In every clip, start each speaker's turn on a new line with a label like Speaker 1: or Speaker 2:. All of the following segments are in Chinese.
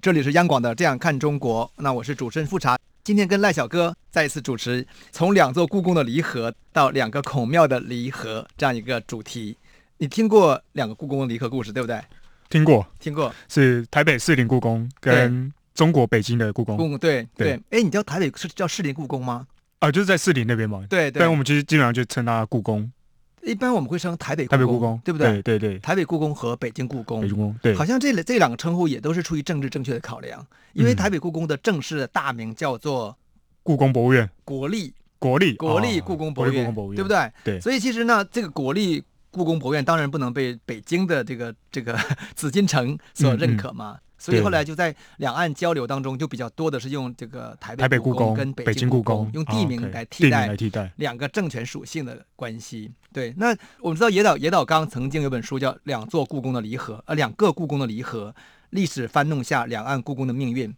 Speaker 1: 这里是央广的《这样看中国》，那我是主持人富察，今天跟赖小哥再一次主持，从两座故宫的离合到两个孔庙的离合这样一个主题。你听过两个故宫的离合故事对不对？
Speaker 2: 听过，
Speaker 1: 听过，
Speaker 2: 是台北士林故宫跟中国北京的故宫
Speaker 1: 故
Speaker 2: 啊、
Speaker 1: 宫对对
Speaker 2: 对。
Speaker 1: 哎，你叫台北是叫士林故宫吗？
Speaker 2: 啊就是在士林那边嘛。
Speaker 1: 对对
Speaker 2: 但我们其实基本上就称它故宫，
Speaker 1: 一般我们会称台北
Speaker 2: 台北
Speaker 1: 故
Speaker 2: 故宫，
Speaker 1: 对不对？
Speaker 2: 对对
Speaker 1: 台北故宫和北京故宫
Speaker 2: 北，京故宫，对
Speaker 1: 好像这这两个称呼也都是出于政治正确的考量，因为
Speaker 2: 嗯
Speaker 1: 台北故宫的正式的大名叫做
Speaker 2: 故宫博物院，
Speaker 1: 国立
Speaker 2: 国立
Speaker 1: 国立
Speaker 2: 哦
Speaker 1: 故宫博
Speaker 2: 国
Speaker 1: 物
Speaker 2: 立故
Speaker 1: 院，
Speaker 2: 宫博物院，
Speaker 1: 对不？对？
Speaker 2: 对
Speaker 1: 所以其实呢，这个国立故宫博物院当然不能被北京的这个这个 紫禁城所认可嘛。
Speaker 2: 嗯
Speaker 1: 所以
Speaker 2: 对
Speaker 1: 后来就在两岸交流当中，就比较多的是用这个台
Speaker 2: 台北
Speaker 1: 故
Speaker 2: 故宫
Speaker 1: 跟北
Speaker 2: 北京
Speaker 1: 故
Speaker 2: 故宫
Speaker 1: 用
Speaker 2: 哦
Speaker 1: 地名
Speaker 2: OK，
Speaker 1: 来替
Speaker 2: 地名
Speaker 1: 代
Speaker 2: 来替代，
Speaker 1: 两个政权属性的关系。对，那我们知道野岛野岛刚曾经有本书叫《两座故宫的离合》，呃，两个故宫的离合，历史翻弄下两岸故宫的命运。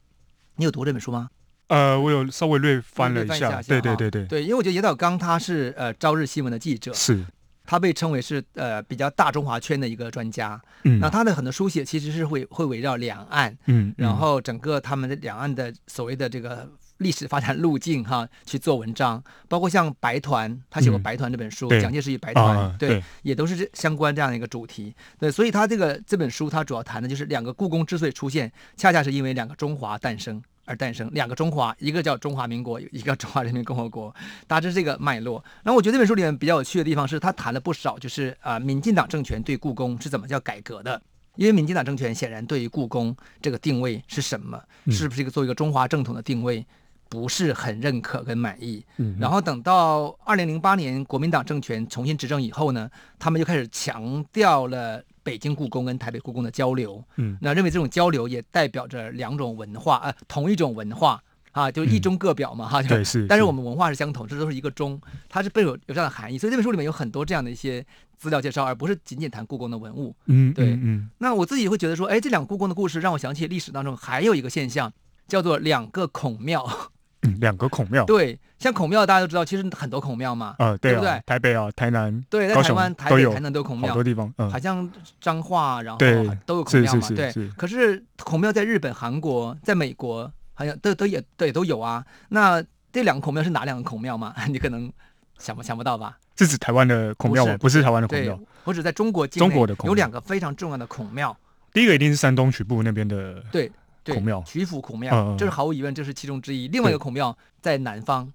Speaker 1: 你有读这本书吗？
Speaker 2: 呃，我有稍微略翻了
Speaker 1: 翻一
Speaker 2: 下，
Speaker 1: 下，
Speaker 2: 对对
Speaker 1: 啊
Speaker 2: 对对，
Speaker 1: 对，因为我觉得野岛刚他是呃《朝日新闻》的记者，
Speaker 2: 是，
Speaker 1: 他被称为是呃比较大中华圈的一个专家。
Speaker 2: 嗯
Speaker 1: 那他的很多书写其实是会会围绕两岸，
Speaker 2: 嗯，
Speaker 1: 然
Speaker 2: 嗯
Speaker 1: 后整个他们的两岸的所谓的这个历史发展路径哈去做文章，包括像白团，他写过《
Speaker 2: 嗯
Speaker 1: 白团》这本书，
Speaker 2: 对
Speaker 1: 蒋介石与白团，
Speaker 2: 啊
Speaker 1: 对，
Speaker 2: 对
Speaker 1: 也都是这相关这样的一个主题。对，所以他这个这本书他主要谈的就是两个故宫之所以出现，恰恰是因为两个中华诞生。而诞生两个中华，一个叫中华民国，一个叫中华人民共和国，大致这个脉络。然后我觉得这本书里面比较有趣的地方是，他谈了不少，就是啊、呃民进党政权对故宫是怎么叫改革的。因为民进党政权显然对于故宫这个定位是什么，
Speaker 2: 嗯
Speaker 1: 是不是一个做一个中华正统的定位，不是很认可跟满意。
Speaker 2: 嗯
Speaker 1: 然后等到二零零八年国民党政权重新执政以后呢，他们就开始强调了北京故宫跟台北故宫的交流。
Speaker 2: 嗯
Speaker 1: 那认为这种交流也代表着两种文化，呃，同一种文化啊，就是一中各表嘛，哈、就
Speaker 2: 嗯对是
Speaker 1: 但是
Speaker 2: 是
Speaker 1: 我们文化是相同，这都是一个中，它是背后有这样的含义。所以这本书里面有很多这样的一些资料介绍，而不是仅仅谈故宫的文物。
Speaker 2: 嗯，
Speaker 1: 对
Speaker 2: 嗯嗯，
Speaker 1: 那我自己会觉得说，哎，这两个故宫的故事让我想起历史当中还有一个现象，叫做两个孔庙。
Speaker 2: 嗯两个孔庙，
Speaker 1: 对，像孔庙大家都知道，其实很多孔庙嘛。
Speaker 2: 啊，对
Speaker 1: 对不对
Speaker 2: 啊，台北啊，台南，
Speaker 1: 对，在
Speaker 2: 高
Speaker 1: 台
Speaker 2: 雄
Speaker 1: 湾、台
Speaker 2: 都
Speaker 1: 北、
Speaker 2: 有
Speaker 1: 台南都有孔
Speaker 2: 好
Speaker 1: 庙
Speaker 2: 多，地方，嗯
Speaker 1: 好，像彰化，然后
Speaker 2: 对
Speaker 1: 还都有孔
Speaker 2: 是
Speaker 1: 庙
Speaker 2: 是
Speaker 1: 嘛。
Speaker 2: 是
Speaker 1: 对，
Speaker 2: 是，
Speaker 1: 可是孔庙在日本、韩国、在美国，好像都都也都也都有啊。那这两个孔庙是哪两个孔庙嘛？ 你可能想不想不到吧？
Speaker 2: 是指台湾的孔庙
Speaker 1: 不是
Speaker 2: 吗？不是台湾的孔
Speaker 1: 对
Speaker 2: 庙，，
Speaker 1: 我只在中国境
Speaker 2: 中
Speaker 1: 内
Speaker 2: 国的孔
Speaker 1: 有
Speaker 2: 庙
Speaker 1: 两个非常重要的孔庙，
Speaker 2: 第一个一定是山东曲部那边的，
Speaker 1: 对对，
Speaker 2: 孔庙
Speaker 1: 曲阜孔
Speaker 2: 嗯
Speaker 1: 庙，
Speaker 2: 嗯
Speaker 1: 这是毫无疑问，这是其中之一。另外一个孔庙在南方，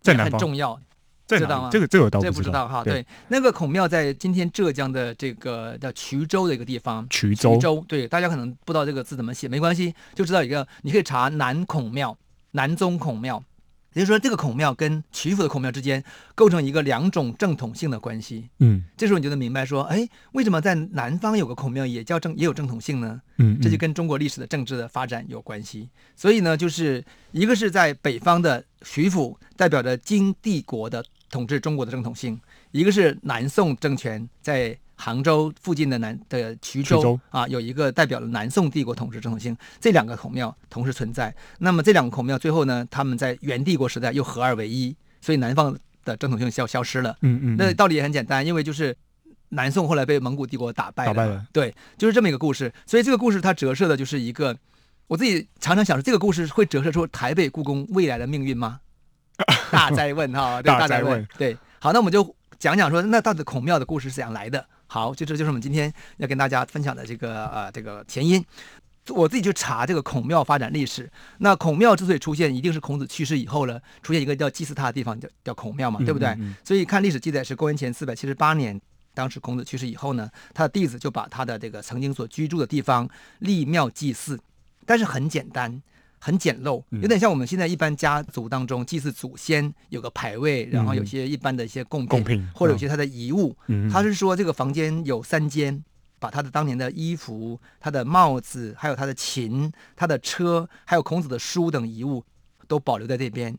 Speaker 2: 在南
Speaker 1: 很
Speaker 2: 方，
Speaker 1: 重要，
Speaker 2: 在
Speaker 1: 知道
Speaker 2: 哪
Speaker 1: 吗
Speaker 2: 里？这个这个我倒
Speaker 1: 这不
Speaker 2: 知
Speaker 1: 知
Speaker 2: 道
Speaker 1: 道哈。
Speaker 2: 对
Speaker 1: 对，那个孔庙在今天浙江的这个叫衢州的一个地方，
Speaker 2: 衢
Speaker 1: 衢
Speaker 2: 州，
Speaker 1: 州，对，大家可能不知道这个字怎么写，没关系，就知道一个，你可以查南孔庙、南宗孔庙，也就是说这个孔庙跟曲阜的孔庙之间构成一个两种正统性的关系。
Speaker 2: 嗯
Speaker 1: 这时候你就能明白说，哎，为什么在南方有个孔庙也叫正也有正统性呢？
Speaker 2: 嗯，
Speaker 1: 这就
Speaker 2: 嗯
Speaker 1: 跟中国历史的政治的发展有关系。所以呢，就是一个是在北方的徐府代表着金帝国的统治中国的正统性，一个是南宋政权在杭州附近的南的衢州
Speaker 2: 衢州
Speaker 1: 啊，有一个代表了南宋帝国统治正统性，这两个孔庙同时存在。那么这两个孔庙最后呢，他们在元帝国时代又合二为一，所以南方的正统性消消失了。
Speaker 2: 嗯嗯，
Speaker 1: 那
Speaker 2: 嗯
Speaker 1: 道理也很简单，因为就是南宋后来被蒙古帝国打败
Speaker 2: 打败
Speaker 1: 嘛
Speaker 2: 了
Speaker 1: 对，就是这么一个故事。所以这个故事它折射的就是一个，我自己常常想说，这个故事会折射出台北故宫未来的命运 吗？大灾问哈，对，
Speaker 2: 大
Speaker 1: 大灾
Speaker 2: 灾
Speaker 1: 问
Speaker 2: 问，
Speaker 1: 对。好，那我们就讲讲说，那到底孔庙的故事是怎样来的？好，就这就是我们今天要跟大家分享的这个呃这个前因。我自己去查这个孔庙发展历史，那孔庙之所以出现，一定是孔子去世以后呢，出现一个叫祭祀他的地方，叫叫孔庙嘛，对不对？
Speaker 2: 嗯嗯嗯
Speaker 1: 所以看历史记载是公元前四百七十八年，当时孔子去世以后呢，他的弟子就把他的这个曾经所居住的地方立庙祭祀，但是很简单。很简陋，
Speaker 2: 嗯
Speaker 1: 有点像我们现在一般家族当中祭祀祖先有个牌位，然后有
Speaker 2: 嗯
Speaker 1: 些一般的一些贡品，
Speaker 2: 贡品
Speaker 1: 或者有
Speaker 2: 嗯
Speaker 1: 些他的遗物。
Speaker 2: 嗯嗯
Speaker 1: 他是说这个房间有三间，把他的当年的衣服、他的帽子，还有他的琴、他的车，还有孔子的书等遗物都保留在这边。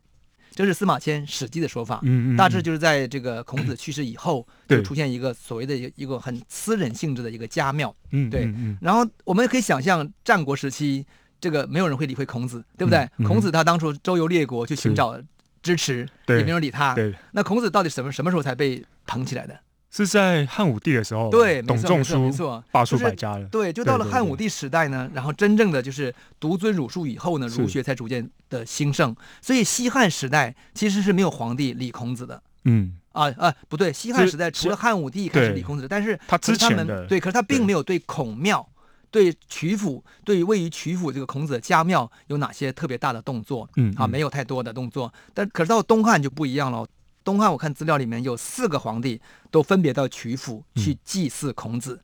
Speaker 1: 这是司马迁《史记》的说法，
Speaker 2: 嗯嗯，
Speaker 1: 大致就是在这个孔子去世以后，
Speaker 2: 对
Speaker 1: 就出现一个所谓的一个一个很私人性质的一个家庙。
Speaker 2: 嗯
Speaker 1: 对
Speaker 2: 嗯
Speaker 1: 然后我们可以想象，战国时期这个没有人会理会孔子，对不对？
Speaker 2: 嗯嗯
Speaker 1: 孔子他当初周游列国去寻
Speaker 2: 是
Speaker 1: 找支持，
Speaker 2: 对
Speaker 1: 也没有人理他
Speaker 2: 嗯。对，
Speaker 1: 那孔子到底什么什么时候才被捧起来的？
Speaker 2: 是在汉武帝的时候，
Speaker 1: 对，没
Speaker 2: 哦董
Speaker 1: 错，没
Speaker 2: 仲
Speaker 1: 错，没
Speaker 2: 舒
Speaker 1: 错，
Speaker 2: 罢黜
Speaker 1: 就是
Speaker 2: 百家了，
Speaker 1: 对，就到了
Speaker 2: 对对
Speaker 1: 汉武帝时代呢，然后真正的就是独尊儒术以后呢，
Speaker 2: 是
Speaker 1: 儒学才逐渐的兴盛。所以西汉时代其实是没有皇帝理孔子的
Speaker 2: 嗯，
Speaker 1: 啊啊，不对，西汉
Speaker 2: 是
Speaker 1: 时代除
Speaker 2: 是
Speaker 1: 了汉武帝开始
Speaker 2: 对
Speaker 1: 理孔子，但是
Speaker 2: 他
Speaker 1: 可
Speaker 2: 之
Speaker 1: 是他
Speaker 2: 前
Speaker 1: 们
Speaker 2: 的
Speaker 1: 对，可是他并
Speaker 2: 对
Speaker 1: 没有对孔庙、对曲阜、对于位于曲阜这个孔子的家庙有哪些特别大的动作
Speaker 2: 嗯
Speaker 1: 啊？没有太多的动作，但可是到东汉就不一样了。东汉我看资料里面有四个皇帝都分别到曲阜
Speaker 2: 嗯
Speaker 1: 去祭祀孔子，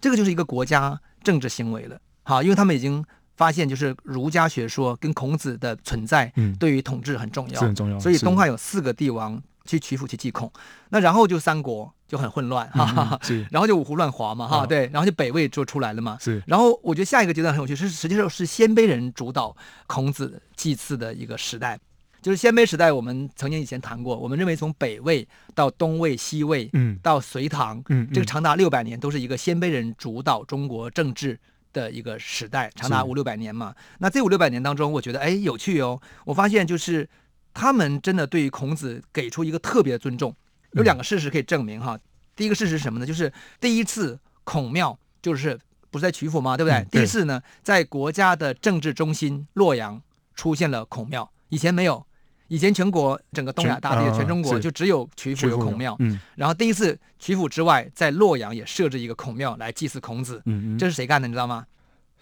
Speaker 1: 这个就是一个国家政治行为了。好，因为他们已经发现，就是儒家学说跟孔子的存在
Speaker 2: 嗯，
Speaker 1: 对于统治很重要
Speaker 2: 这。很重要，
Speaker 1: 所以
Speaker 2: 是
Speaker 1: 东汉有四个帝王去曲阜去祭孔，那然后就三国就很混乱，哈哈
Speaker 2: 嗯
Speaker 1: 哈
Speaker 2: 嗯。是
Speaker 1: 然后就五胡乱华嘛，哈，
Speaker 2: 哦
Speaker 1: 对，然后就北魏就出来了嘛。
Speaker 2: 是
Speaker 1: 然后我觉得下一个阶段很有趣，是实际上是鲜卑人主导孔子祭祀的一个时代，就是鲜卑时代，我们曾经以前谈过，我们认为从北魏到东魏、西魏
Speaker 2: 嗯
Speaker 1: 到隋唐，
Speaker 2: 嗯，嗯
Speaker 1: 这个长达六百年都是一个鲜卑人主导中国政治的一个时代，长达
Speaker 2: 是
Speaker 1: 五六百年嘛。那这五六百年当中，我觉得哎有趣哦，我发现就是他们真的对于孔子给出一个特别的尊重。有
Speaker 2: 嗯
Speaker 1: 两个事实可以证明哈，第一个事实是什么呢？就是第一次孔庙就是不是在曲阜吗？对不对？
Speaker 2: 嗯
Speaker 1: 第一
Speaker 2: 对
Speaker 1: 次呢，在国家的政治中心洛阳出现了孔庙，以前没有。以前全国整个东亚
Speaker 2: 全
Speaker 1: 大地，
Speaker 2: 啊
Speaker 1: 全中国
Speaker 2: 是
Speaker 1: 就只有曲阜
Speaker 2: 曲
Speaker 1: 有
Speaker 2: 阜
Speaker 1: 孔庙，
Speaker 2: 嗯
Speaker 1: 然后第一次曲阜之外，在洛阳也设置一个孔庙来祭祀孔子，
Speaker 2: 嗯嗯，
Speaker 1: 这是谁干的？你知道吗？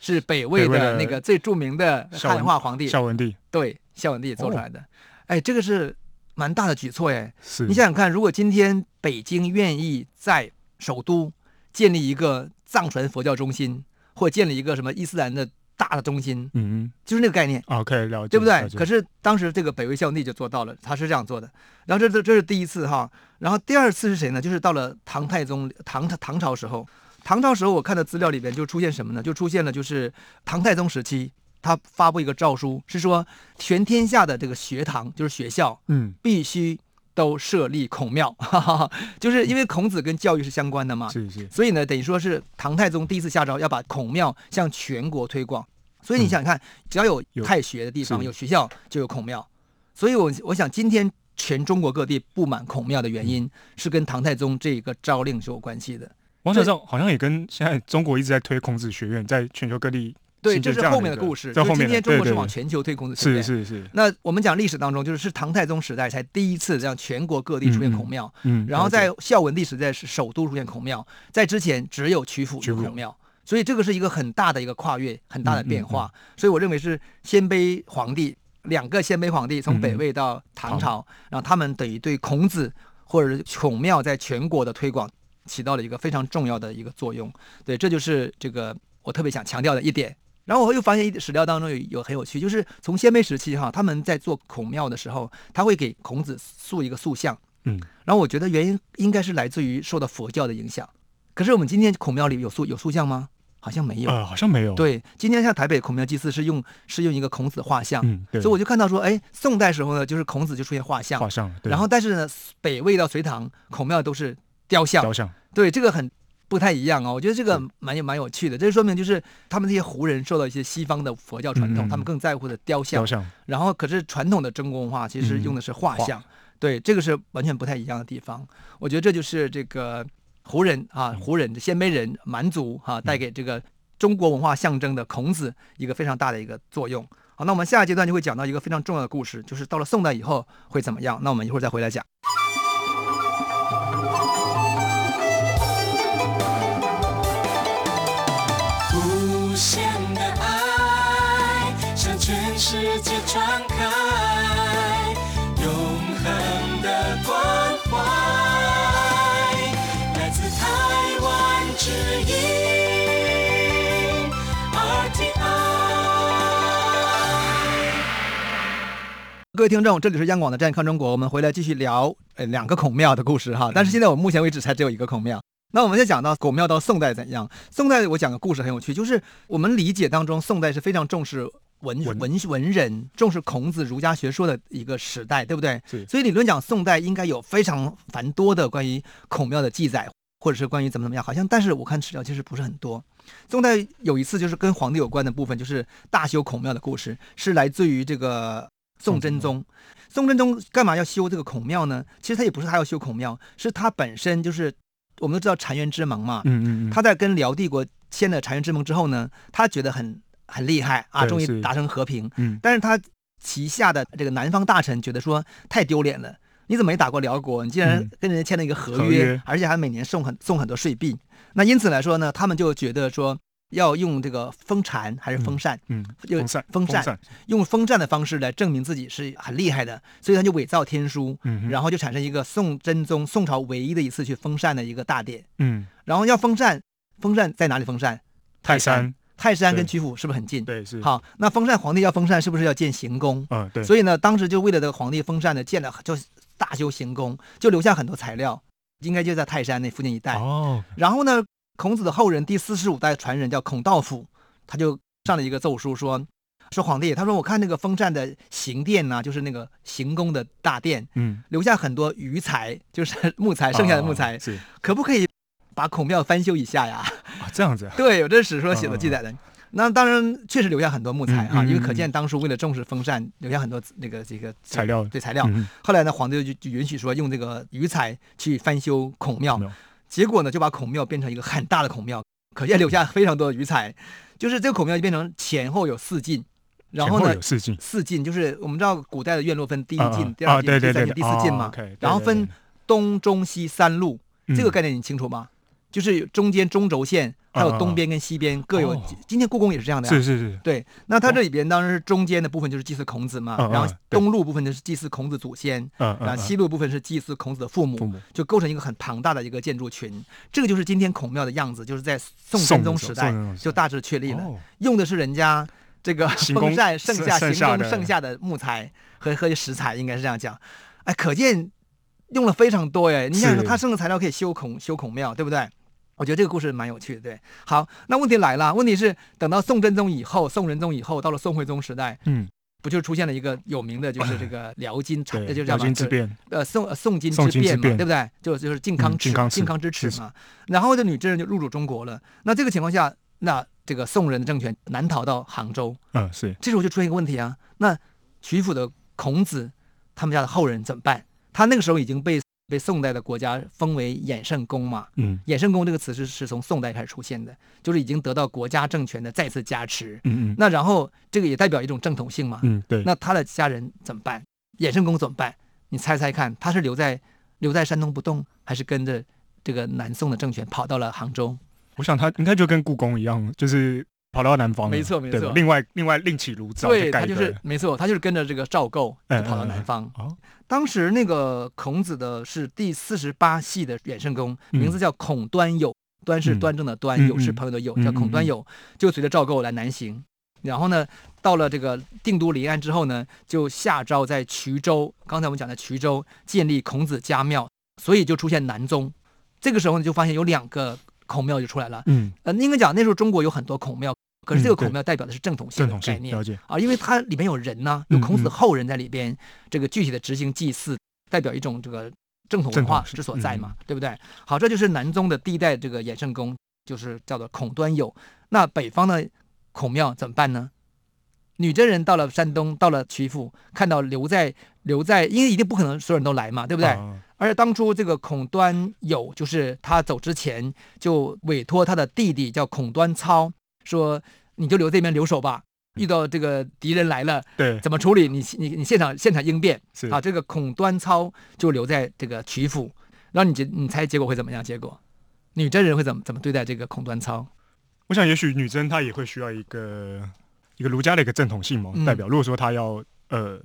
Speaker 1: 是北魏
Speaker 2: 北魏
Speaker 1: 的
Speaker 2: 的
Speaker 1: 那个最著名的
Speaker 2: 孝
Speaker 1: 汉
Speaker 2: 文
Speaker 1: 化皇帝，
Speaker 2: 孝文哦帝
Speaker 1: 对孝文帝做出来的。哎，这个是蛮大的举措哎！
Speaker 2: 是，
Speaker 1: 你想想看，如果今天北京愿意在首都建立一个藏传佛教中心，或建立一个什么伊斯兰的大的中心，
Speaker 2: 嗯嗯
Speaker 1: 就是那个概念。
Speaker 2: ，OK 了解，
Speaker 1: 对不对
Speaker 2: 了？解
Speaker 1: 可是当时这个北魏孝文帝就做到了，他是这样做的。然后这这这是第一次哈，然后第二次是谁呢？就是到了唐太宗唐唐朝时候，唐朝时候我看的资料里边就出现什么呢？就出现了就是唐太宗时期，他发布一个诏书，是说全天下的这个学堂就是学校
Speaker 2: 嗯
Speaker 1: 必须都设立孔庙， 哈哈哈，就是因为孔子跟教育是相关的嘛，
Speaker 2: 是是
Speaker 1: 所以呢，等于说是唐太宗第一次下诏要把孔庙向全国推广。所以你想想看，只要有
Speaker 2: 有
Speaker 1: 太学的地方、
Speaker 2: 是
Speaker 1: 有学校，就有孔庙。所以我我想，今天全中国各地布满孔庙的原因，是跟唐太宗这个诏令是有关系的。
Speaker 2: 我想上好像也跟现在中国一直在推孔子学院，在全球各地
Speaker 1: 对，
Speaker 2: 形
Speaker 1: 这
Speaker 2: 成
Speaker 1: 是
Speaker 2: 样
Speaker 1: 后
Speaker 2: 一
Speaker 1: 面的
Speaker 2: 个
Speaker 1: 故事。
Speaker 2: 在
Speaker 1: 就
Speaker 2: 后
Speaker 1: 是今
Speaker 2: 面的
Speaker 1: 天中国
Speaker 2: 对
Speaker 1: 是
Speaker 2: 对
Speaker 1: 往全球推孔子学
Speaker 2: 是
Speaker 1: 院。
Speaker 2: 是是，
Speaker 1: 那我们讲历史当中，就是是唐太宗时代才第一次让全国各地出现孔庙。
Speaker 2: 嗯，
Speaker 1: 然后
Speaker 2: 了解
Speaker 1: 在孝文帝时代是首都出现孔庙，在之前只有曲阜
Speaker 2: 曲
Speaker 1: 有
Speaker 2: 阜
Speaker 1: 孔庙，所以这个是一个很大的一个跨越，很大的
Speaker 2: 嗯嗯
Speaker 1: 变化。所以我认为是鲜卑皇帝两个鲜卑皇帝从北
Speaker 2: 嗯
Speaker 1: 魏到唐朝，然后他们等于对孔子或者是孔庙在全国的推广起到了一个非常重要的一个作用。对，这就是这个我特别想强调的一点。然后我又发现一史料当中有有很有趣，就是从鲜卑时期哈，他们在做孔庙的时候，他会给孔子塑一个塑像，
Speaker 2: 嗯，
Speaker 1: 然后我觉得原因应该是来自于受到佛教的影响。可是我们今天孔庙里有塑有塑像吗？好像没有。
Speaker 2: 呃好像没有，
Speaker 1: 对，今天像台北孔庙祭祀是用是用一个孔子画像，
Speaker 2: 嗯对，
Speaker 1: 所以我就看到说，哎，宋代时候呢，就是孔子就出现画像
Speaker 2: 画，像了，对
Speaker 1: 然后但是呢，北魏到隋唐孔庙都是雕像，
Speaker 2: 雕像
Speaker 1: 对，这个很不太一样哦。我觉得这个蛮有蛮有趣的，这说明就是他们这些胡人受到一些西方的佛教传统，
Speaker 2: 嗯嗯
Speaker 1: 他们更在乎的雕像
Speaker 2: 雕，像
Speaker 1: 然后可是传统的中国文化其实
Speaker 2: 嗯
Speaker 1: 用的是画
Speaker 2: 画
Speaker 1: 像，对，这个是完全不太一样的地方。我觉得这就是这个胡人啊，
Speaker 2: 嗯
Speaker 1: 胡人、鲜卑人、蛮族哈、带给这个中国文化象征的孔子一个非常大的一个作用。好，那我们下一阶段就会讲到一个非常重要的故事，就是到了宋代以后会怎么样？那我们一会儿再回来讲。
Speaker 3: 无限的爱向全世界传开，永恒的关怀，来自台湾之音 RTI。
Speaker 1: 各位听众，这里是央广的《站看中国》，我们回来继续聊呃两个孔庙的故事
Speaker 2: 嗯
Speaker 1: 哈。但是现在我目前为止才只有一个孔庙。那我们先讲到孔庙到宋代怎样？宋代我讲个故事很有趣，就是我们理解当中，宋代是非常重视文
Speaker 2: 文
Speaker 1: 文文人，重视孔子儒家学说的一个时代，对不对？
Speaker 2: 是
Speaker 1: 所以理论讲，宋代应该有非常繁多的关于孔庙的记载，或者是关于怎么怎么样，好像但是我看史料其实不是很多。宋代有一次就是跟皇帝有关的部分，就是大修孔庙的故事，是来自于这个宋真宗。宋真宗干嘛要修这个孔庙呢？其实他也不是他要修孔庙，是他本身就是我们都知道澶渊之盟嘛，
Speaker 2: 嗯嗯嗯，
Speaker 1: 他在跟辽帝国签了澶渊之盟之后呢，他觉得很很厉害啊，
Speaker 2: 对
Speaker 1: 终于
Speaker 2: 是
Speaker 1: 达成和平。
Speaker 2: 嗯
Speaker 1: 但是他旗下的这个南方大臣觉得说太丢脸了，你怎么没打过辽国？你竟然
Speaker 2: 嗯
Speaker 1: 跟人家签了一个合约，
Speaker 2: 合约
Speaker 1: 而且还每年送很送很多税币。那因此来说呢，他们就觉得说要用这个封禅还是封禅，
Speaker 2: 嗯，
Speaker 1: 有
Speaker 2: 风扇
Speaker 1: 风扇
Speaker 2: 扇，
Speaker 1: 用封禅的方式来证明自己是很厉害的，所以他就伪造天书，
Speaker 2: 嗯哼
Speaker 1: 然后就产生一个宋真宗宋朝唯一的一次去封禅的一个大典。
Speaker 2: 嗯，
Speaker 1: 然后要封禅，封禅在哪里封禅？
Speaker 2: 泰山，
Speaker 1: 泰山跟
Speaker 2: 对
Speaker 1: 曲阜是不是很近？
Speaker 2: 对是，
Speaker 1: 好，那封禅皇帝要封禅，是不是要建行宫？
Speaker 2: 嗯对，
Speaker 1: 所以呢，当时就为了这个皇帝封禅呢，建了就大修行宫，就留下很多材料，应该就在泰山那附近一带。
Speaker 2: 哦，
Speaker 1: 然后呢，孔子的后人第四十五代传人叫孔道辅，他就上了一个奏书说。说皇帝，他说我看那个封禅的行殿呐、就是那个行宫的大殿，
Speaker 2: 嗯，
Speaker 1: 留下很多余材，就是木材，剩下的木材，
Speaker 2: 哦是
Speaker 1: 可不可以把孔庙翻修一下呀？
Speaker 2: 啊这样子啊，
Speaker 1: 对，有这史说写的记载的。那当然，确实留下很多木材啊，
Speaker 2: 嗯嗯嗯嗯
Speaker 1: 因为可见当初为了重视风扇，留下很多那个这个
Speaker 2: 材料
Speaker 1: 对材料。
Speaker 2: 嗯哼
Speaker 1: 后来呢，皇帝就就允许说用这个鱼材去翻修孔庙
Speaker 2: 孔庙，
Speaker 1: 结果呢就把孔庙变成一个很大的孔庙，可见留下非常多的鱼材，就是这个孔庙就变成前后有四进，然后
Speaker 2: 前
Speaker 1: 呢
Speaker 2: 有四进，
Speaker 1: 四进就是我们知道古代的院落分第一
Speaker 2: 啊
Speaker 1: 进、第
Speaker 2: 啊
Speaker 1: 二
Speaker 2: 啊
Speaker 1: 进、
Speaker 2: 对
Speaker 1: 第三
Speaker 2: 对对
Speaker 1: 进、
Speaker 2: 对
Speaker 1: 第四进嘛
Speaker 2: 哦，，OK，对
Speaker 1: 然后
Speaker 2: 对
Speaker 1: 分
Speaker 2: 对
Speaker 1: 东、中、西三路，
Speaker 2: 嗯
Speaker 1: 这个概念你清楚吗？就是中间中轴线，还有东边跟西边各有
Speaker 2: 啊哦。
Speaker 1: 今天故宫也是这样的呀。
Speaker 2: 是是是，
Speaker 1: 对，那它这里边当然是中间的部分就是祭祀孔子嘛，
Speaker 2: 嗯嗯
Speaker 1: 然后
Speaker 2: 嗯对
Speaker 1: 东路部分就是祭祀孔子祖先，
Speaker 2: 嗯嗯
Speaker 1: 然后
Speaker 2: 嗯
Speaker 1: 西路部分是祭祀孔子的父
Speaker 2: 父
Speaker 1: 母，
Speaker 2: 母
Speaker 1: 就构成一个很庞大的一个建筑群。这个就是今天孔庙的样子，就是在宋
Speaker 2: 宋
Speaker 1: 真宗
Speaker 2: 的时
Speaker 1: 时
Speaker 2: 候
Speaker 1: 代
Speaker 2: 宋真宗时代
Speaker 1: 就大致确立了
Speaker 2: 哦，
Speaker 1: 用的是人家这个
Speaker 2: 行
Speaker 1: 风
Speaker 2: 宫
Speaker 1: 扇剩下
Speaker 2: 剩
Speaker 1: 行
Speaker 2: 下
Speaker 1: 宫
Speaker 2: 的
Speaker 1: 剩下的木材和和石材，应该是这样讲。哎，可见用了非常多哎，你想想
Speaker 2: 是
Speaker 1: 他剩的材料可以修孔修孔庙，对不对？我觉得这个故事蛮有趣的，对。好，那问题来了，问题是等到宋真宗以后，宋仁宗以后，到了宋徽宗时代，
Speaker 2: 嗯，
Speaker 1: 不就出现了一个有名的，就是这 个辽金产，
Speaker 2: 对，
Speaker 1: 就是叫什
Speaker 2: 辽金
Speaker 1: 么
Speaker 2: 之变，
Speaker 1: 呃宋呃宋金
Speaker 2: 宋
Speaker 1: 之
Speaker 2: 金之
Speaker 1: 变嘛，
Speaker 2: 变
Speaker 1: 对不对？就就是靖康
Speaker 2: 嗯
Speaker 1: 耻、
Speaker 2: 靖康耻
Speaker 1: 靖康之耻
Speaker 2: 是
Speaker 1: 嘛。然后这女真人就入主中国了。那这个情况下，那这个宋人的政权难逃到杭州。
Speaker 2: 嗯是，
Speaker 1: 这时候就出现一个问题啊，那曲阜的孔子他们家的后人怎么办？他那个时候已经被被宋代的国家封为衍圣公嘛。
Speaker 2: 嗯
Speaker 1: 衍圣公这个词是是从宋代开始出现的，就是已经得到国家政权的再次加持。
Speaker 2: 嗯嗯，
Speaker 1: 那然后这个也代表一种正统性嘛。
Speaker 2: 嗯对，
Speaker 1: 那他的家人怎么办？衍圣公怎么办？你猜猜看，他是留在留在山东不动，还是跟着这个南宋的政权跑到了杭州？
Speaker 2: 我想他应该就跟故宫一样，就是跑到南方了，
Speaker 1: 没错没
Speaker 2: 对吧
Speaker 1: 错
Speaker 2: 另外另外另起炉灶，
Speaker 1: 对
Speaker 2: 盖
Speaker 1: 他
Speaker 2: 一
Speaker 1: 就
Speaker 2: 个
Speaker 1: 是没错，他就是跟着这个赵构就
Speaker 2: 嗯
Speaker 1: 跑到南方。
Speaker 2: 哦，
Speaker 1: 当时那个孔子的是第四十八系的衍圣公，
Speaker 2: 嗯
Speaker 1: 名字叫孔端友，端是端正的端，
Speaker 2: 嗯
Speaker 1: 友是
Speaker 2: 嗯
Speaker 1: 朋友的友，
Speaker 2: 嗯
Speaker 1: 叫孔端友，就随着赵构来南行。然后呢，到了这个定都临安之后呢，就下诏在衢州，刚才我们讲的衢州建立孔子家庙，所以就出现南宗。这个时候呢，就发现有两个孔庙就出来了。
Speaker 2: 嗯，
Speaker 1: 呃，应该讲那时候中国有很多孔庙，可是这个
Speaker 2: 嗯对
Speaker 1: 孔庙代表的是正统性
Speaker 2: 正
Speaker 1: 的
Speaker 2: 统
Speaker 1: 概
Speaker 2: 性
Speaker 1: 念。
Speaker 2: 了解，
Speaker 1: 啊，因为它里面有人呐、有
Speaker 2: 嗯
Speaker 1: 孔子的
Speaker 2: 嗯
Speaker 1: 后人在里边，这个具体的执行祭祀，代表一种这个正统文
Speaker 2: 正统
Speaker 1: 化
Speaker 2: 是嗯
Speaker 1: 之所在嘛，对不对？好，这就是南宗的第一代这个衍圣公，就是叫做孔端友。那北方的孔庙怎么办呢？女真人到了山东，到了曲阜，看到留在留在，因为一定不可能所有人都来嘛，对
Speaker 2: 对
Speaker 1: 不对？而且当初这个孔端友，就是他走之前就委托他的弟弟叫孔端操，说你就留这边留守吧，遇到这个敌人来了
Speaker 2: 对，
Speaker 1: 怎么处理，你你你现场现场应变
Speaker 2: 是
Speaker 1: 啊。这个孔端操就留在这个曲阜，然后你结你猜结果会怎么样？结果女真人会怎么怎么对待这个孔端操？
Speaker 2: 我想也许女真她也会需要一个一个儒家的一个正统性嘛，
Speaker 1: 嗯
Speaker 2: 代表如果说她要呃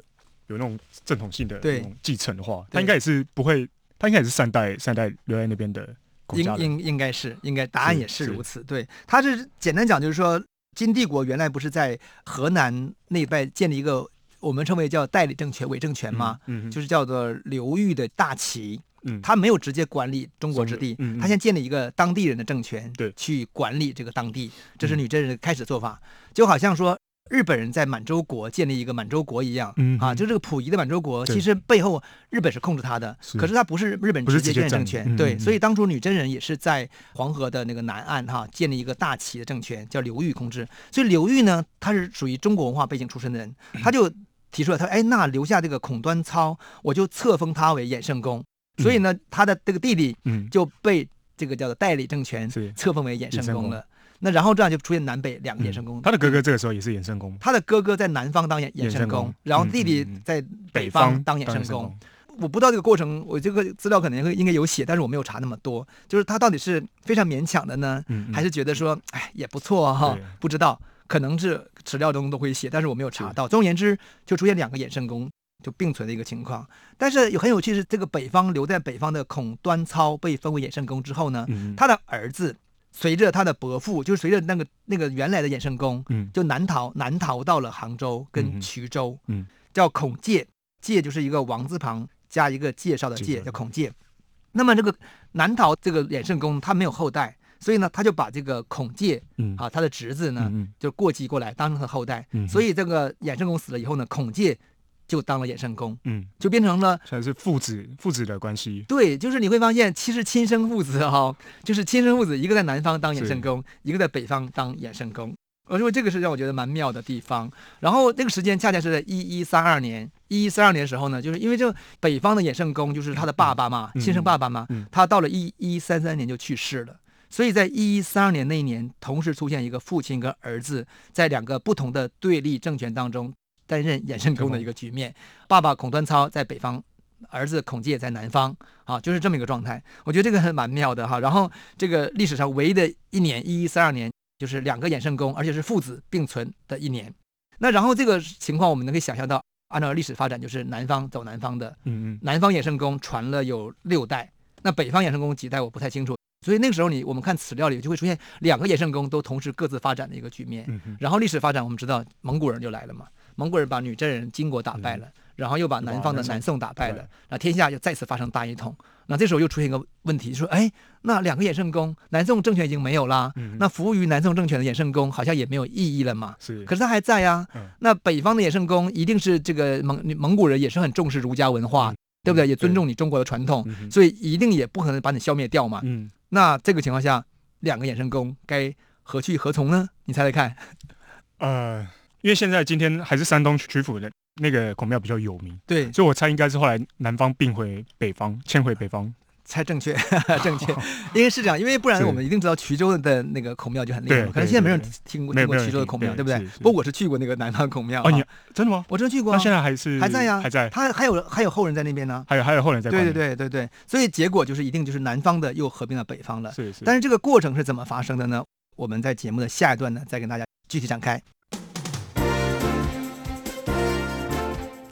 Speaker 2: 有那种正统性的
Speaker 1: 对
Speaker 2: 那种继承的话，
Speaker 1: 对
Speaker 2: 她应该也是不会，她应该也是善待善待留在那边的孔
Speaker 1: 应
Speaker 2: 家人，
Speaker 1: 应应该是应该答案
Speaker 2: 是
Speaker 1: 也是
Speaker 2: 是
Speaker 1: 如此。对，他是简单讲就是说，金帝国原来不是在河南那一带建立一个我们称为叫代理政权、伪政权吗？
Speaker 2: 嗯，嗯
Speaker 1: 就是叫做流域的大旗，
Speaker 2: 嗯，
Speaker 1: 他没有直接管理中国之地，
Speaker 2: 嗯嗯
Speaker 1: 他先建立一个当地人的政权，
Speaker 2: 对嗯
Speaker 1: 去管理这个当地，这是女真人开始做法，就好像说。日本人在满洲国建立一个满洲国一样，
Speaker 2: 嗯
Speaker 1: 啊，
Speaker 2: 哼
Speaker 1: 就这个溥仪的满洲国，
Speaker 2: 对
Speaker 1: 其实背后日本是控制它的，
Speaker 2: 是
Speaker 1: 可是它不是日本
Speaker 2: 不是
Speaker 1: 直接
Speaker 2: 直接
Speaker 1: 建立政
Speaker 2: 占
Speaker 1: 权，
Speaker 2: 嗯
Speaker 1: 对，
Speaker 2: 嗯
Speaker 1: 所以当初女真人也是在黄河的那个南岸哈、建立一个大齐的政权，叫刘裕控制。所以刘裕呢，他是属于中国文化背景出身的人，他就提出了他说哎，那留下这个孔端操，我就册封他为衍圣公。所以呢，他的这个弟弟
Speaker 2: 嗯，
Speaker 1: 就被这个叫做代理政权
Speaker 2: 是
Speaker 1: 册封为衍
Speaker 2: 衍
Speaker 1: 圣
Speaker 2: 圣
Speaker 1: 公
Speaker 2: 公
Speaker 1: 了。那然后这样就出现南北两个衍
Speaker 2: 嗯
Speaker 1: 圣公。
Speaker 2: 他的哥哥这个时候也是衍生工，
Speaker 1: 他的哥哥在南方当衍衍
Speaker 2: 衍
Speaker 1: 圣
Speaker 2: 圣
Speaker 1: 公
Speaker 2: 公，
Speaker 1: 然后
Speaker 2: 嗯
Speaker 1: 弟弟
Speaker 2: 嗯嗯
Speaker 1: 在北
Speaker 2: 方
Speaker 1: 当衍
Speaker 2: 衍
Speaker 1: 圣
Speaker 2: 生
Speaker 1: 公。，我不知道这个过程，我这个资料可能会应该有写，但是我没有查那么多。就是他到底是非常勉强的呢，
Speaker 2: 嗯，嗯
Speaker 1: 还是觉得说，哎，也不错啊哈、
Speaker 2: 对
Speaker 1: 不知道，可能是史料中都会写，但是我没有查到。总而言之，就出现两个衍圣公就并存的一个情况。但是有很有趣是，这个北方留在北方的孔端操被封为衍圣公之后呢，
Speaker 2: 嗯嗯
Speaker 1: 他的儿子随着他的伯父，就是随着那个那个原来的衍圣公，
Speaker 2: 嗯
Speaker 1: 就南逃南逃到了杭州
Speaker 2: 嗯
Speaker 1: 跟
Speaker 2: 哼
Speaker 1: 衢州，
Speaker 2: 嗯
Speaker 1: 叫孔介，介就是一个王字旁加一个介绍的介，
Speaker 2: 介绍
Speaker 1: 叫孔介。那么这个南逃这个衍圣公他没有后代，所以呢，他就把这个孔介
Speaker 2: 嗯
Speaker 1: 啊他的侄子呢、
Speaker 2: 嗯嗯
Speaker 1: 就过继过来当成他的后代，
Speaker 2: 嗯哼
Speaker 1: 所以这个衍圣公死了以后呢，孔介就当了衍圣公，
Speaker 2: 嗯，
Speaker 1: 就变成了。
Speaker 2: 算是父子父子的关系，
Speaker 1: 对，就是你会发现，其实亲生父子哈、就是亲生父子，一个在南方当衍圣
Speaker 2: 是
Speaker 1: 公，一个在北方当衍圣公。我说这个是让我觉得蛮妙的地方。然后那个时间恰恰是在一一三二年，一一三二年的时候呢，就是因为这个北方的衍圣公就是他的爸爸嘛，
Speaker 2: 嗯
Speaker 1: 亲生爸爸嘛，
Speaker 2: 嗯
Speaker 1: 他到了一一三三年就去世了。所以在一一三二年那一年，同时出现一个父亲跟儿子在两个不同的对立政权当中担任衍圣公的一个局面。 爸爸孔端操在北方，儿子孔介在南方，啊，就是这么一个状态。我觉得这个很蛮妙的哈。然后这个历史上唯一的一年，一一三二年，就是两个衍圣公，而且是父子并存的一年。那然后这个情况，我们能可以想象到，按照历史发展，就是南方走南方的，
Speaker 2: 嗯嗯
Speaker 1: 南方衍圣公传了有六代，那北方衍圣公几代我不太清楚。所以那个时候你我们看史料里就会出现两个衍圣公都同时各自发展的一个局面。
Speaker 2: 嗯嗯，
Speaker 1: 然后历史发展，我们知道蒙古人就来了嘛，蒙古人把女真人金国打败了，然后又把南方的
Speaker 2: 又把南宋
Speaker 1: 南宋打败了
Speaker 2: 嗯对，
Speaker 1: 那天下又再次发生大一统。那这时候又出现一个问题，就说哎，那两个衍圣公，南宋政权已经没有啦，
Speaker 2: 嗯
Speaker 1: 那服务于南宋政权的衍圣公好像也没有意义了嘛。
Speaker 2: 是
Speaker 1: 可是他还在啊，
Speaker 2: 嗯
Speaker 1: 那北方的衍圣公一定是这个蒙蒙古人也是很重视儒家文化，
Speaker 2: 嗯
Speaker 1: 对不对？也
Speaker 2: 对
Speaker 1: 尊重你中国的传统，
Speaker 2: 嗯哼
Speaker 1: 所以一定也不可能把你消灭掉嘛。
Speaker 2: 嗯，
Speaker 1: 那这个情况下，两个衍圣公该何去何从呢？你猜猜 看。
Speaker 2: 呃，因为现在今天还是山东曲阜的那个孔庙比较有名，
Speaker 1: 对，
Speaker 2: 所以我猜应该是后来南方并回北方，迁回北方。
Speaker 1: 猜正 确，正确，因为是这样，因为不然
Speaker 2: 是
Speaker 1: 我们一定知道衢州的那个孔庙就很厉害
Speaker 2: 对
Speaker 1: 嘛，
Speaker 2: 对
Speaker 1: 可能现在没人
Speaker 2: 对
Speaker 1: 听过
Speaker 2: 没
Speaker 1: 听
Speaker 2: 有
Speaker 1: 过
Speaker 2: 没有
Speaker 1: 衢州的
Speaker 2: 人
Speaker 1: 孔
Speaker 2: 听
Speaker 1: 庙，对
Speaker 2: 对
Speaker 1: 不对
Speaker 2: 是？是
Speaker 1: 不过我是去过那个南方孔庙啊，
Speaker 2: 哦，你真的吗？
Speaker 1: 我真的去过
Speaker 2: 那
Speaker 1: 啊，
Speaker 2: 现在还是
Speaker 1: 还在呀，
Speaker 2: 还在，
Speaker 1: 他还有还有后人在那边呢。
Speaker 2: 还有还有后人在管
Speaker 1: 对
Speaker 2: 理。
Speaker 1: 对对对对，所以结果就是一定就是南方的又合并了北方了，
Speaker 2: 是是。
Speaker 1: 但是这个过程是怎么发生的呢？我们在节目的下一段呢，再跟大家具体展开。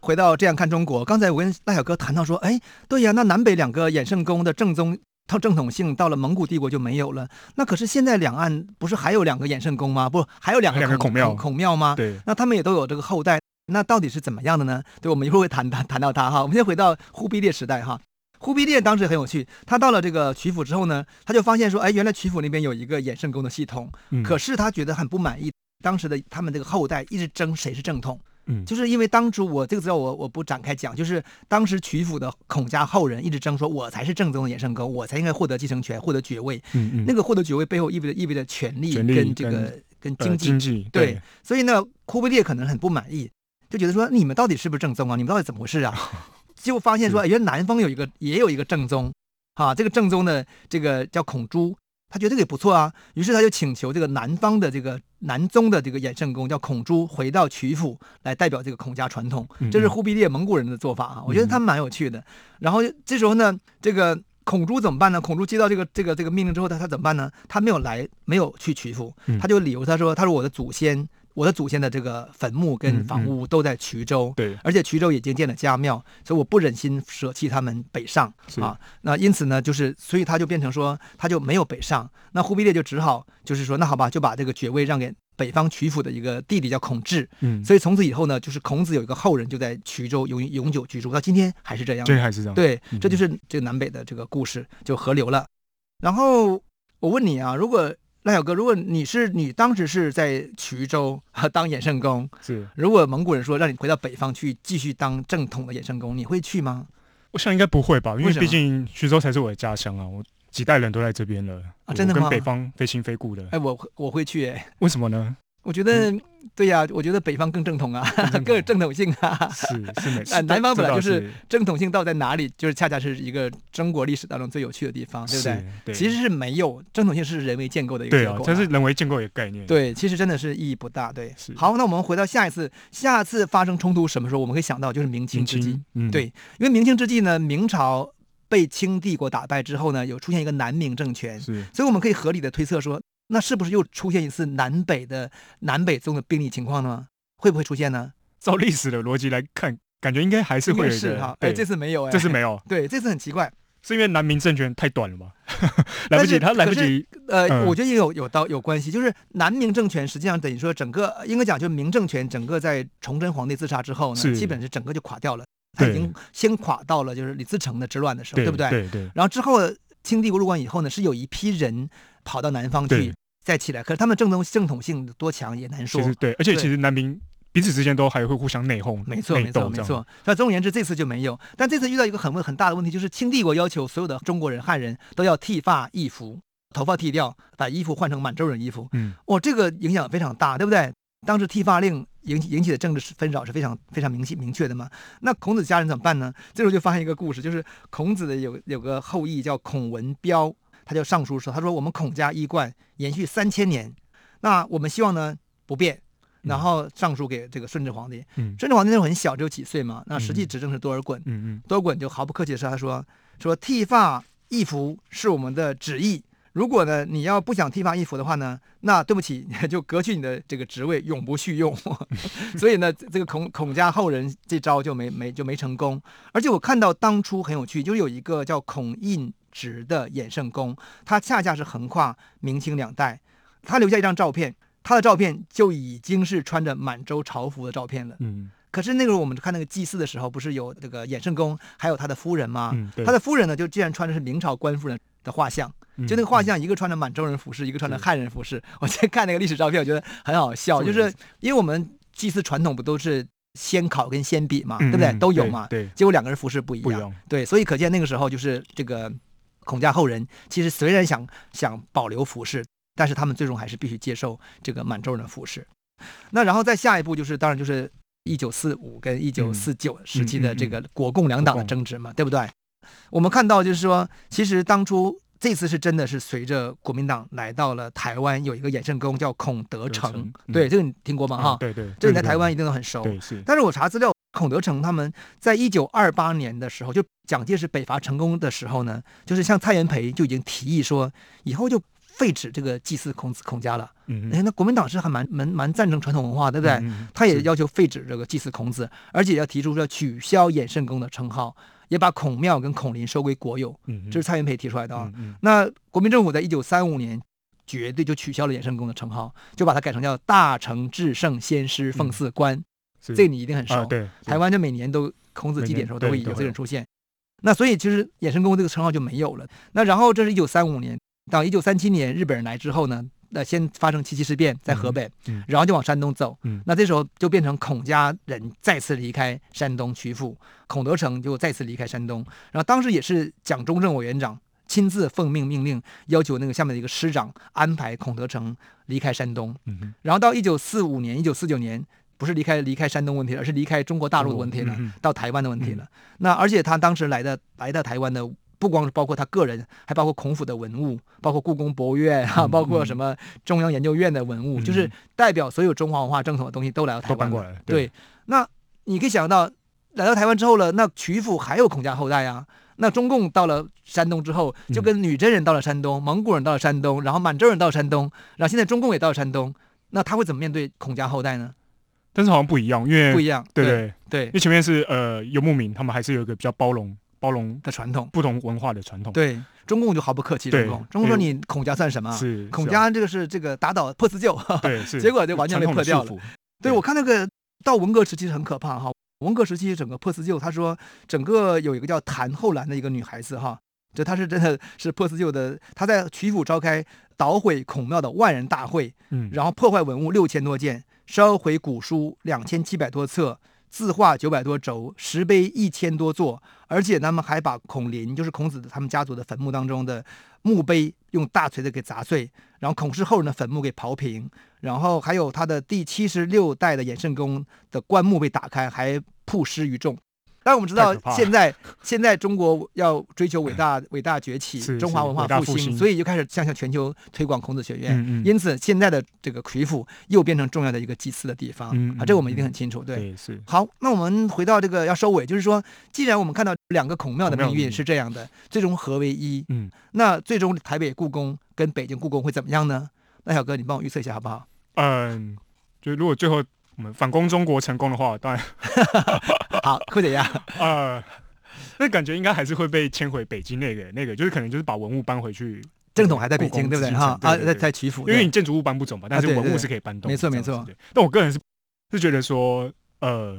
Speaker 1: 回到这样看中国，刚才我跟赖小哥谈到说，哎，对呀，那南北两个衍圣公的正宗。它正统性到了蒙古帝国就没有了，那可是现在两岸不是还有两个衍圣公吗？不，还有两个
Speaker 2: 还有两个孔庙
Speaker 1: 孔庙吗？
Speaker 2: 对，
Speaker 1: 那他们也都有这个后代，那到底是怎么样的呢？对，我们一会儿会谈谈谈到他哈。我们先回到忽必烈时代哈。忽必烈当时很有趣，他到了这个曲阜之后呢，他就发现说，哎，原来曲阜那边有一个衍圣公的系统，
Speaker 2: 嗯
Speaker 1: 可是他觉得很不满意，当时的他们这个后代一直争谁是正统，
Speaker 2: 嗯
Speaker 1: 就是因为当初我这个资料我我不展开讲，就是当时曲阜的孔家后人一直争说，我才是正宗的衍圣公，我才应该获得继承权，获得爵位。
Speaker 2: 嗯嗯
Speaker 1: 那个获得爵位背后意味着意味着权力
Speaker 2: 权力
Speaker 1: 跟这
Speaker 2: 跟
Speaker 1: 个跟
Speaker 2: 呃
Speaker 1: 经济
Speaker 2: 经济
Speaker 1: 对，所以呢，忽必烈可能很不满意。就觉得说你们到底是不是正宗啊？你们到底怎么回事啊？ 结果发现说，哎原来南方有一个也有一个正宗，啊，这个正宗的这个叫孔朱，他觉得这个也不错啊，于是他就请求这个南方的这个南宗的这个衍圣公叫孔朱回到曲阜来代表这个孔家传统
Speaker 2: 嗯，
Speaker 1: 这是忽必烈蒙古人的做法啊，我觉得他们蛮有趣的。然后这时候呢，这个。孔朱怎么办呢？孔朱接到这个这个这个命令之后，他他怎么办呢？他没有来，没有去曲阜
Speaker 2: 嗯，
Speaker 1: 他就理由他说，他说我的祖先，我的祖先的这个坟墓
Speaker 2: 嗯
Speaker 1: 跟
Speaker 2: 嗯
Speaker 1: 房屋都在衢州，
Speaker 2: 对，
Speaker 1: 而且衢州已经建了家庙，所以我不忍心舍弃他们北上
Speaker 2: 是
Speaker 1: 啊。那因此呢，就是所以他就变成说，他就没有北上。那忽必烈就只好就是说，那好吧，就把这个爵位让给北方曲阜的一个弟弟叫孔稚。
Speaker 2: 嗯，
Speaker 1: 所以从此以后呢，就是孔子有一个后人就在衢州永永久居住，到今天还是这样。
Speaker 2: 这个还是这样，，
Speaker 1: 对
Speaker 2: 嗯，
Speaker 1: 这就是这个南北的这个故事就合流了。然后我问你啊，如果赖小哥，如果你是你当时是在衢州啊当衍圣公，
Speaker 2: 是
Speaker 1: 如果蒙古人说让你回到北方去继续当正统的衍圣公，你会去吗？
Speaker 2: 我想应该不会吧，因为
Speaker 1: 为什么
Speaker 2: 毕竟徐州才是我的家乡啊，我几代人都在这边了，我
Speaker 1: 啊真的吗
Speaker 2: 跟北方非亲非故的，
Speaker 1: 哎，我会我会去哎，
Speaker 2: 为什么 呢？
Speaker 1: 我觉得、对呀、我觉得北方更正统啊，
Speaker 2: 嗯正统
Speaker 1: 更有正统性啊。
Speaker 2: 是 是没
Speaker 1: 呃
Speaker 2: 事，
Speaker 1: 南方本来就
Speaker 2: 这倒
Speaker 1: 是正统性到底在哪里？就是恰恰是一个中国历史当中最有趣的地方，对不对？
Speaker 2: 是对，
Speaker 1: 其实是没有正统性是人为建构的一个
Speaker 2: 对
Speaker 1: 结
Speaker 2: 啊
Speaker 1: 果、，
Speaker 2: 这是人为建构一个概念，，
Speaker 1: 对，其实真的是意义不大。对
Speaker 2: 是，
Speaker 1: 好，那我们回到下一次，下次发生冲突什么时候，我们可以想到就是明清
Speaker 2: 明
Speaker 1: 之际。
Speaker 2: 清，嗯，
Speaker 1: 对，因为明清之际呢，明朝被清帝国打败之后呢，有出现一个南明政权，
Speaker 2: 是
Speaker 1: 所以我们可以合理的推测说，那是不是又出现一次南北的南北宗的并立情况呢？会不会出现呢？
Speaker 2: 照历史的逻辑来看，感觉应该还是
Speaker 1: 应
Speaker 2: 会
Speaker 1: 该
Speaker 2: 有一
Speaker 1: 是
Speaker 2: 个
Speaker 1: 哈，哎，
Speaker 2: 对
Speaker 1: 这次没有哎，
Speaker 2: 这是没有，
Speaker 1: 对，这次很奇怪。
Speaker 2: 是因为南明政权太短了 吧？来
Speaker 1: 但
Speaker 2: 不
Speaker 1: 是
Speaker 2: 及，他来不
Speaker 1: 可是
Speaker 2: 及，
Speaker 1: 呃，
Speaker 2: 嗯
Speaker 1: 我觉得也有有到有关系，就是南明政权实际上等于说整个呃应该讲，就是明政权整个在崇祯皇帝自杀之后呢，
Speaker 2: 是
Speaker 1: 基本是整个就垮掉了，他已
Speaker 2: 对
Speaker 1: 经先垮到了就是李自成的之乱的时候，
Speaker 2: 对
Speaker 1: 不对？
Speaker 2: 对对，
Speaker 1: 然后之后清帝国入关以后呢，是有一批人跑到南方去
Speaker 2: 对
Speaker 1: 再起来，可是他们正宗正统性多强也难说
Speaker 2: 其。实对，而且
Speaker 1: 对
Speaker 2: 其实南明彼此之间都还会互相内讧，
Speaker 1: 没错，
Speaker 2: 内
Speaker 1: 没错，
Speaker 2: 斗
Speaker 1: 没
Speaker 2: 这样，
Speaker 1: 错。那总而言之，这次就没有。但这次遇到一个很问很大的问题，就是清帝国要求所有的中国人、汉人都要剃发易服，头发剃掉，把衣服换成满洲人衣服。
Speaker 2: 嗯，
Speaker 1: 哦，这个影响非常大，对不对？当时剃发令引起引起的政治纷扰是非常非常明晰明确的嘛。那孔子家人怎么办呢？这时候就发现一个故事，就是孔子的有有个后裔叫孔文彪，他就上书说，他说我们孔家衣冠延续三千年，那我们希望呢不变。然后上书给这个顺治皇帝，
Speaker 2: 嗯
Speaker 1: 顺治皇帝那时候很小，只有几岁嘛。那实际
Speaker 2: 嗯
Speaker 1: 执政是多尔衮，
Speaker 2: 嗯嗯，
Speaker 1: 多尔衮就毫不客气的说：“他说说剃发易服是我们的旨意。如果呢你要不想剃发易服的话呢，那对不起， 就革去你的这个职位，永不续用。 所以呢，这个孔孔家后人这招就没没就没成功。而且我看到当初很有趣，就是有一个叫孔胤直的衍圣公，他恰恰是横跨明清两代，他留下一张照片。”他的照片就已经是穿着满洲朝服的照片了，
Speaker 2: 嗯
Speaker 1: 可是那个时候我们看那个祭祀的时候，不是有这个衍圣公，还有他的夫人吗？
Speaker 2: 嗯，对
Speaker 1: 他的夫人呢，就竟然穿的是明朝官夫人的画像，
Speaker 2: 嗯
Speaker 1: 就那个画，像，一个穿着满洲人服饰，一个穿着汉人服饰。我在看那个历史照片，我觉得很好笑，
Speaker 2: 这么
Speaker 1: 就
Speaker 2: 有意
Speaker 1: 是因为我们祭祀传统不都是先考跟先比嘛，
Speaker 2: 嗯
Speaker 1: 对
Speaker 2: 嗯
Speaker 1: 不对？
Speaker 2: 嗯
Speaker 1: 都有嘛。啊
Speaker 2: 对，
Speaker 1: 结果两个人服饰不一
Speaker 2: 不一
Speaker 1: 样，
Speaker 2: 样，
Speaker 1: 对，所以可见那个时候就是这个孔家后人，其实虽然想想保留服饰，但是他们最终还是必须接受这个满洲人的服饰。那然后再下一步就是，当然就是一九四五跟一九四九时期
Speaker 2: 嗯
Speaker 1: 的这个国共两党的争执嘛，对不对？我们看到就是说，其实当初这次是真的是随着国民党来到了台湾，有一个衍圣公叫孔德
Speaker 2: 德成
Speaker 1: 成，
Speaker 2: 嗯
Speaker 1: 对，这个你听过吗？
Speaker 2: 嗯
Speaker 1: 哈、
Speaker 2: 对对，
Speaker 1: 这个你
Speaker 2: 对
Speaker 1: 在台湾一，定都很熟。
Speaker 2: 对对是，
Speaker 1: 但是我查资料，孔德成他们在一九二八年的时候，就蒋介石北伐成功的时候呢，就是像蔡元培就已经提议说，以后就废止这个祭祀孔子孔家了。
Speaker 2: 嗯
Speaker 1: 哎，那国民党是还蛮蛮蛮赞成传统文化，对不对？他也要求废止这个祭祀孔子，而且要提出说取消衍圣公的称号，也把孔庙跟孔林收归国有，这是
Speaker 2: 是
Speaker 1: 蔡元培提出来的啊。
Speaker 2: 嗯嗯
Speaker 1: 那国民政府在一九三五年绝对就取消了衍圣公的称号，就把它改成叫大成至圣先师奉祀官。
Speaker 2: 是
Speaker 1: 这个你一定很熟。
Speaker 2: 啊对，
Speaker 1: 台湾就每年都孔子祭典的时候都会有这个人出现。那所以其实衍生公这个称号就没有了。那然后这是一九三五年到一九三七年日本人来之后呢，那先发生七七事变在河北，
Speaker 2: 嗯嗯
Speaker 1: 然后就往山东走。
Speaker 2: 嗯
Speaker 1: 那这时候就变成孔家人再次离开山东曲阜，孔德成就再次离开山东。然后当时也是蒋中正委员长亲自奉命命令，要求那个下面的一个师长安排孔德成离开山东。
Speaker 2: 嗯哼
Speaker 1: 然后到一九四五年、一九四九年，不是离开离开山东问题了，而是离开中国大陆的问题了，
Speaker 2: 嗯嗯嗯
Speaker 1: 到台湾的问题了。那而且他当时来的来到台湾的，不光是包括他个人，还包括孔府的文物，包括故宫博物院啊，包括什么中央研究院的文物，
Speaker 2: 嗯
Speaker 1: 就是代表所有中华文化正统的东西都来到台
Speaker 2: 都
Speaker 1: 湾
Speaker 2: 搬过
Speaker 1: 了。
Speaker 2: 来了。
Speaker 1: 对，那你可以想到，来到台湾之后了，那曲阜还有孔家后代啊。那中共到了山东之后，
Speaker 2: 嗯
Speaker 1: 就跟女真人到了山东，蒙古人到了山东，然后满洲人到了山东，然后现在中共也到了山东，那他会怎么面对孔家后代呢？
Speaker 2: 但是好像不一样，因为
Speaker 1: 不一样，
Speaker 2: 嗯对
Speaker 1: 对
Speaker 2: 对，
Speaker 1: 对
Speaker 2: 因为前面是呃游牧民，他们还是有一个比较包容包容
Speaker 1: 的传统。
Speaker 2: 不同文化的传统。
Speaker 1: 对，中共就毫不客气。中
Speaker 2: 对
Speaker 1: 共，中共说
Speaker 2: 哎
Speaker 1: 你孔家算什么啊？
Speaker 2: 是，是
Speaker 1: 孔
Speaker 2: 啊
Speaker 1: 家这个是这个打倒破四旧，
Speaker 2: 对 是，
Speaker 1: 结果就完全被
Speaker 2: 传统
Speaker 1: 破掉
Speaker 2: 束缚。
Speaker 1: 对
Speaker 2: 对
Speaker 1: 我看那个到文革时期是很可怕哈。文革时期整个破四旧，他说整个有一个叫谭后兰的一个女孩子哈，这她是真的是破四旧的，她在曲阜召开捣毁孔庙的万人大会，
Speaker 2: 嗯，
Speaker 1: 然后破坏文物六千多件，烧毁古书两千七百多册，字画九百多轴，石碑一千多座，而且他们还把孔林，就是孔子他们家族的坟墓当中的墓碑，用大锤子给砸碎，然后孔氏后人的坟墓给刨平，然后还有他的第七十六代的衍圣公的棺木被打开，还曝尸于众。但我们知道
Speaker 2: 太可怕，了
Speaker 1: 现在现在中国要追求伟大伟大崛起，
Speaker 2: 是
Speaker 1: 中华
Speaker 2: 是
Speaker 1: 文化
Speaker 2: 伟大
Speaker 1: 复
Speaker 2: 复兴
Speaker 1: 所以就开始向向全球推广孔子学院。
Speaker 2: 嗯嗯
Speaker 1: 因此，现在的这个曲阜又变成重要的一个祭祀的地方、
Speaker 2: 嗯
Speaker 1: 啊，
Speaker 2: 嗯
Speaker 1: 这我们一定很清楚。对，
Speaker 2: 对是，
Speaker 1: 好，那我们回到这个要收尾，就是说，既然我们看到两个孔庙的
Speaker 2: 孔庙
Speaker 1: 命
Speaker 2: 的
Speaker 1: 运
Speaker 2: 命
Speaker 1: 是这样的，最终合为一，
Speaker 2: 嗯，
Speaker 1: 那最终台北故宫跟北京故宫会怎么样呢？那小哥，你帮我预测一下好不好？
Speaker 2: 嗯，就如果最后我们反攻中国成功的话，当然
Speaker 1: 好，啊柯姐呀，
Speaker 2: 呃，那感觉应该还是会被迁回北京那个那个，就是可能就是把文物搬回去，
Speaker 1: 正统还在北
Speaker 2: 故
Speaker 1: 京，
Speaker 2: 宫
Speaker 1: 对不对？
Speaker 2: 继承
Speaker 1: 哈啊，
Speaker 2: 对对
Speaker 1: 在
Speaker 2: 对
Speaker 1: 在曲阜，
Speaker 2: 因为
Speaker 1: 对
Speaker 2: 你建筑物搬不走嘛，但
Speaker 1: 啊
Speaker 2: 是
Speaker 1: 对
Speaker 2: 文
Speaker 1: 对
Speaker 2: 物是可以搬动的、
Speaker 1: 没错没
Speaker 2: 这样
Speaker 1: 错
Speaker 2: 子。对但我个人是是觉得说，呃，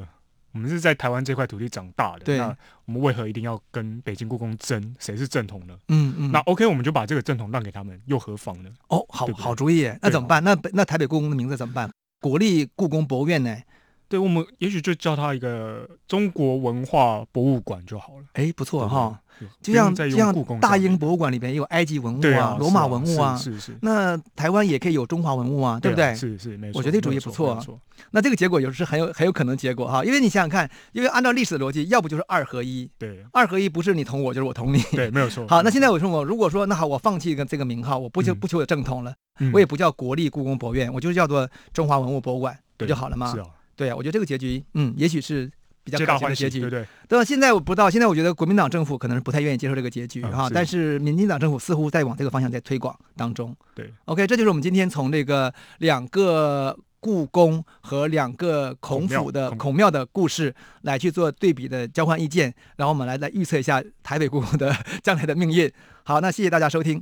Speaker 2: 我们是在台湾这块土地长大的，
Speaker 1: 对
Speaker 2: 那我们为何一定要跟北京故宫争谁是正统呢？
Speaker 1: 嗯嗯，
Speaker 2: 那 OK，我们就把这个正统让给他们，又何妨呢？
Speaker 1: 哦，好
Speaker 2: 对不对
Speaker 1: 好主意耶，那怎么办？那北那台北故宫的名字怎么办？国立故宫博物院呢？
Speaker 2: 对我们也许就叫它一个中国文化博物馆就好了。
Speaker 1: 哎，不错
Speaker 2: 对不对
Speaker 1: 哈，，就
Speaker 2: 不用
Speaker 1: 像
Speaker 2: 再
Speaker 1: 就
Speaker 2: 用
Speaker 1: 像
Speaker 2: 故宫
Speaker 1: 大
Speaker 2: 上面
Speaker 1: 英博物馆里边也有埃及文物
Speaker 2: 对
Speaker 1: 啊、罗马文物啊，
Speaker 2: 是是是，
Speaker 1: 那台湾也可以有中华文物啊，对不对？
Speaker 2: 啊是是，没错，
Speaker 1: 我觉得这主
Speaker 2: 没
Speaker 1: 意
Speaker 2: 有
Speaker 1: 不
Speaker 2: 错，
Speaker 1: 错啊
Speaker 2: 没有错
Speaker 1: 那这个结果有是很有很有可能结果哈，因为你想想看，因为按照历史的逻辑，要不就是二合一，
Speaker 2: 对
Speaker 1: 二合一不是你同我就是我同你。
Speaker 2: 对，没有 错。
Speaker 1: 好，那现在我说我如果说那好，我放弃这个这个名号，我不求
Speaker 2: 嗯
Speaker 1: 不求我正统了，
Speaker 2: 嗯
Speaker 1: 我也不叫国立故宫博物院，我就叫做中华文物博物馆不
Speaker 2: 对
Speaker 1: 就好了吗
Speaker 2: 是？啊，
Speaker 1: 对啊，我觉得这个结局，嗯，也许是比较
Speaker 2: 皆
Speaker 1: 可
Speaker 2: 大
Speaker 1: 行的
Speaker 2: 欢喜，
Speaker 1: 结局
Speaker 2: 对不。对？
Speaker 1: 但现在我不知道，现在我觉得国民党政府可能是不太愿意接受这个结局
Speaker 2: 嗯
Speaker 1: 哈、
Speaker 2: 是
Speaker 1: 但是民进党政府似乎在往这个方向在推广当中。
Speaker 2: 对
Speaker 1: ，OK，这就是我们今天从这个两个故宫和两个孔府的
Speaker 2: 孔庙孔
Speaker 1: 孔庙的故事来去做对比的交换意见，然后我们来来预测一下台北故宫的 将来的命运。好，那谢谢大家收听。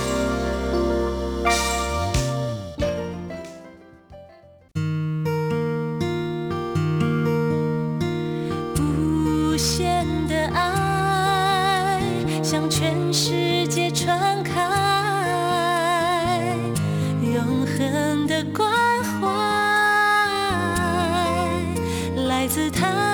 Speaker 3: 无限的爱向全世界传开，永恒的关怀来自台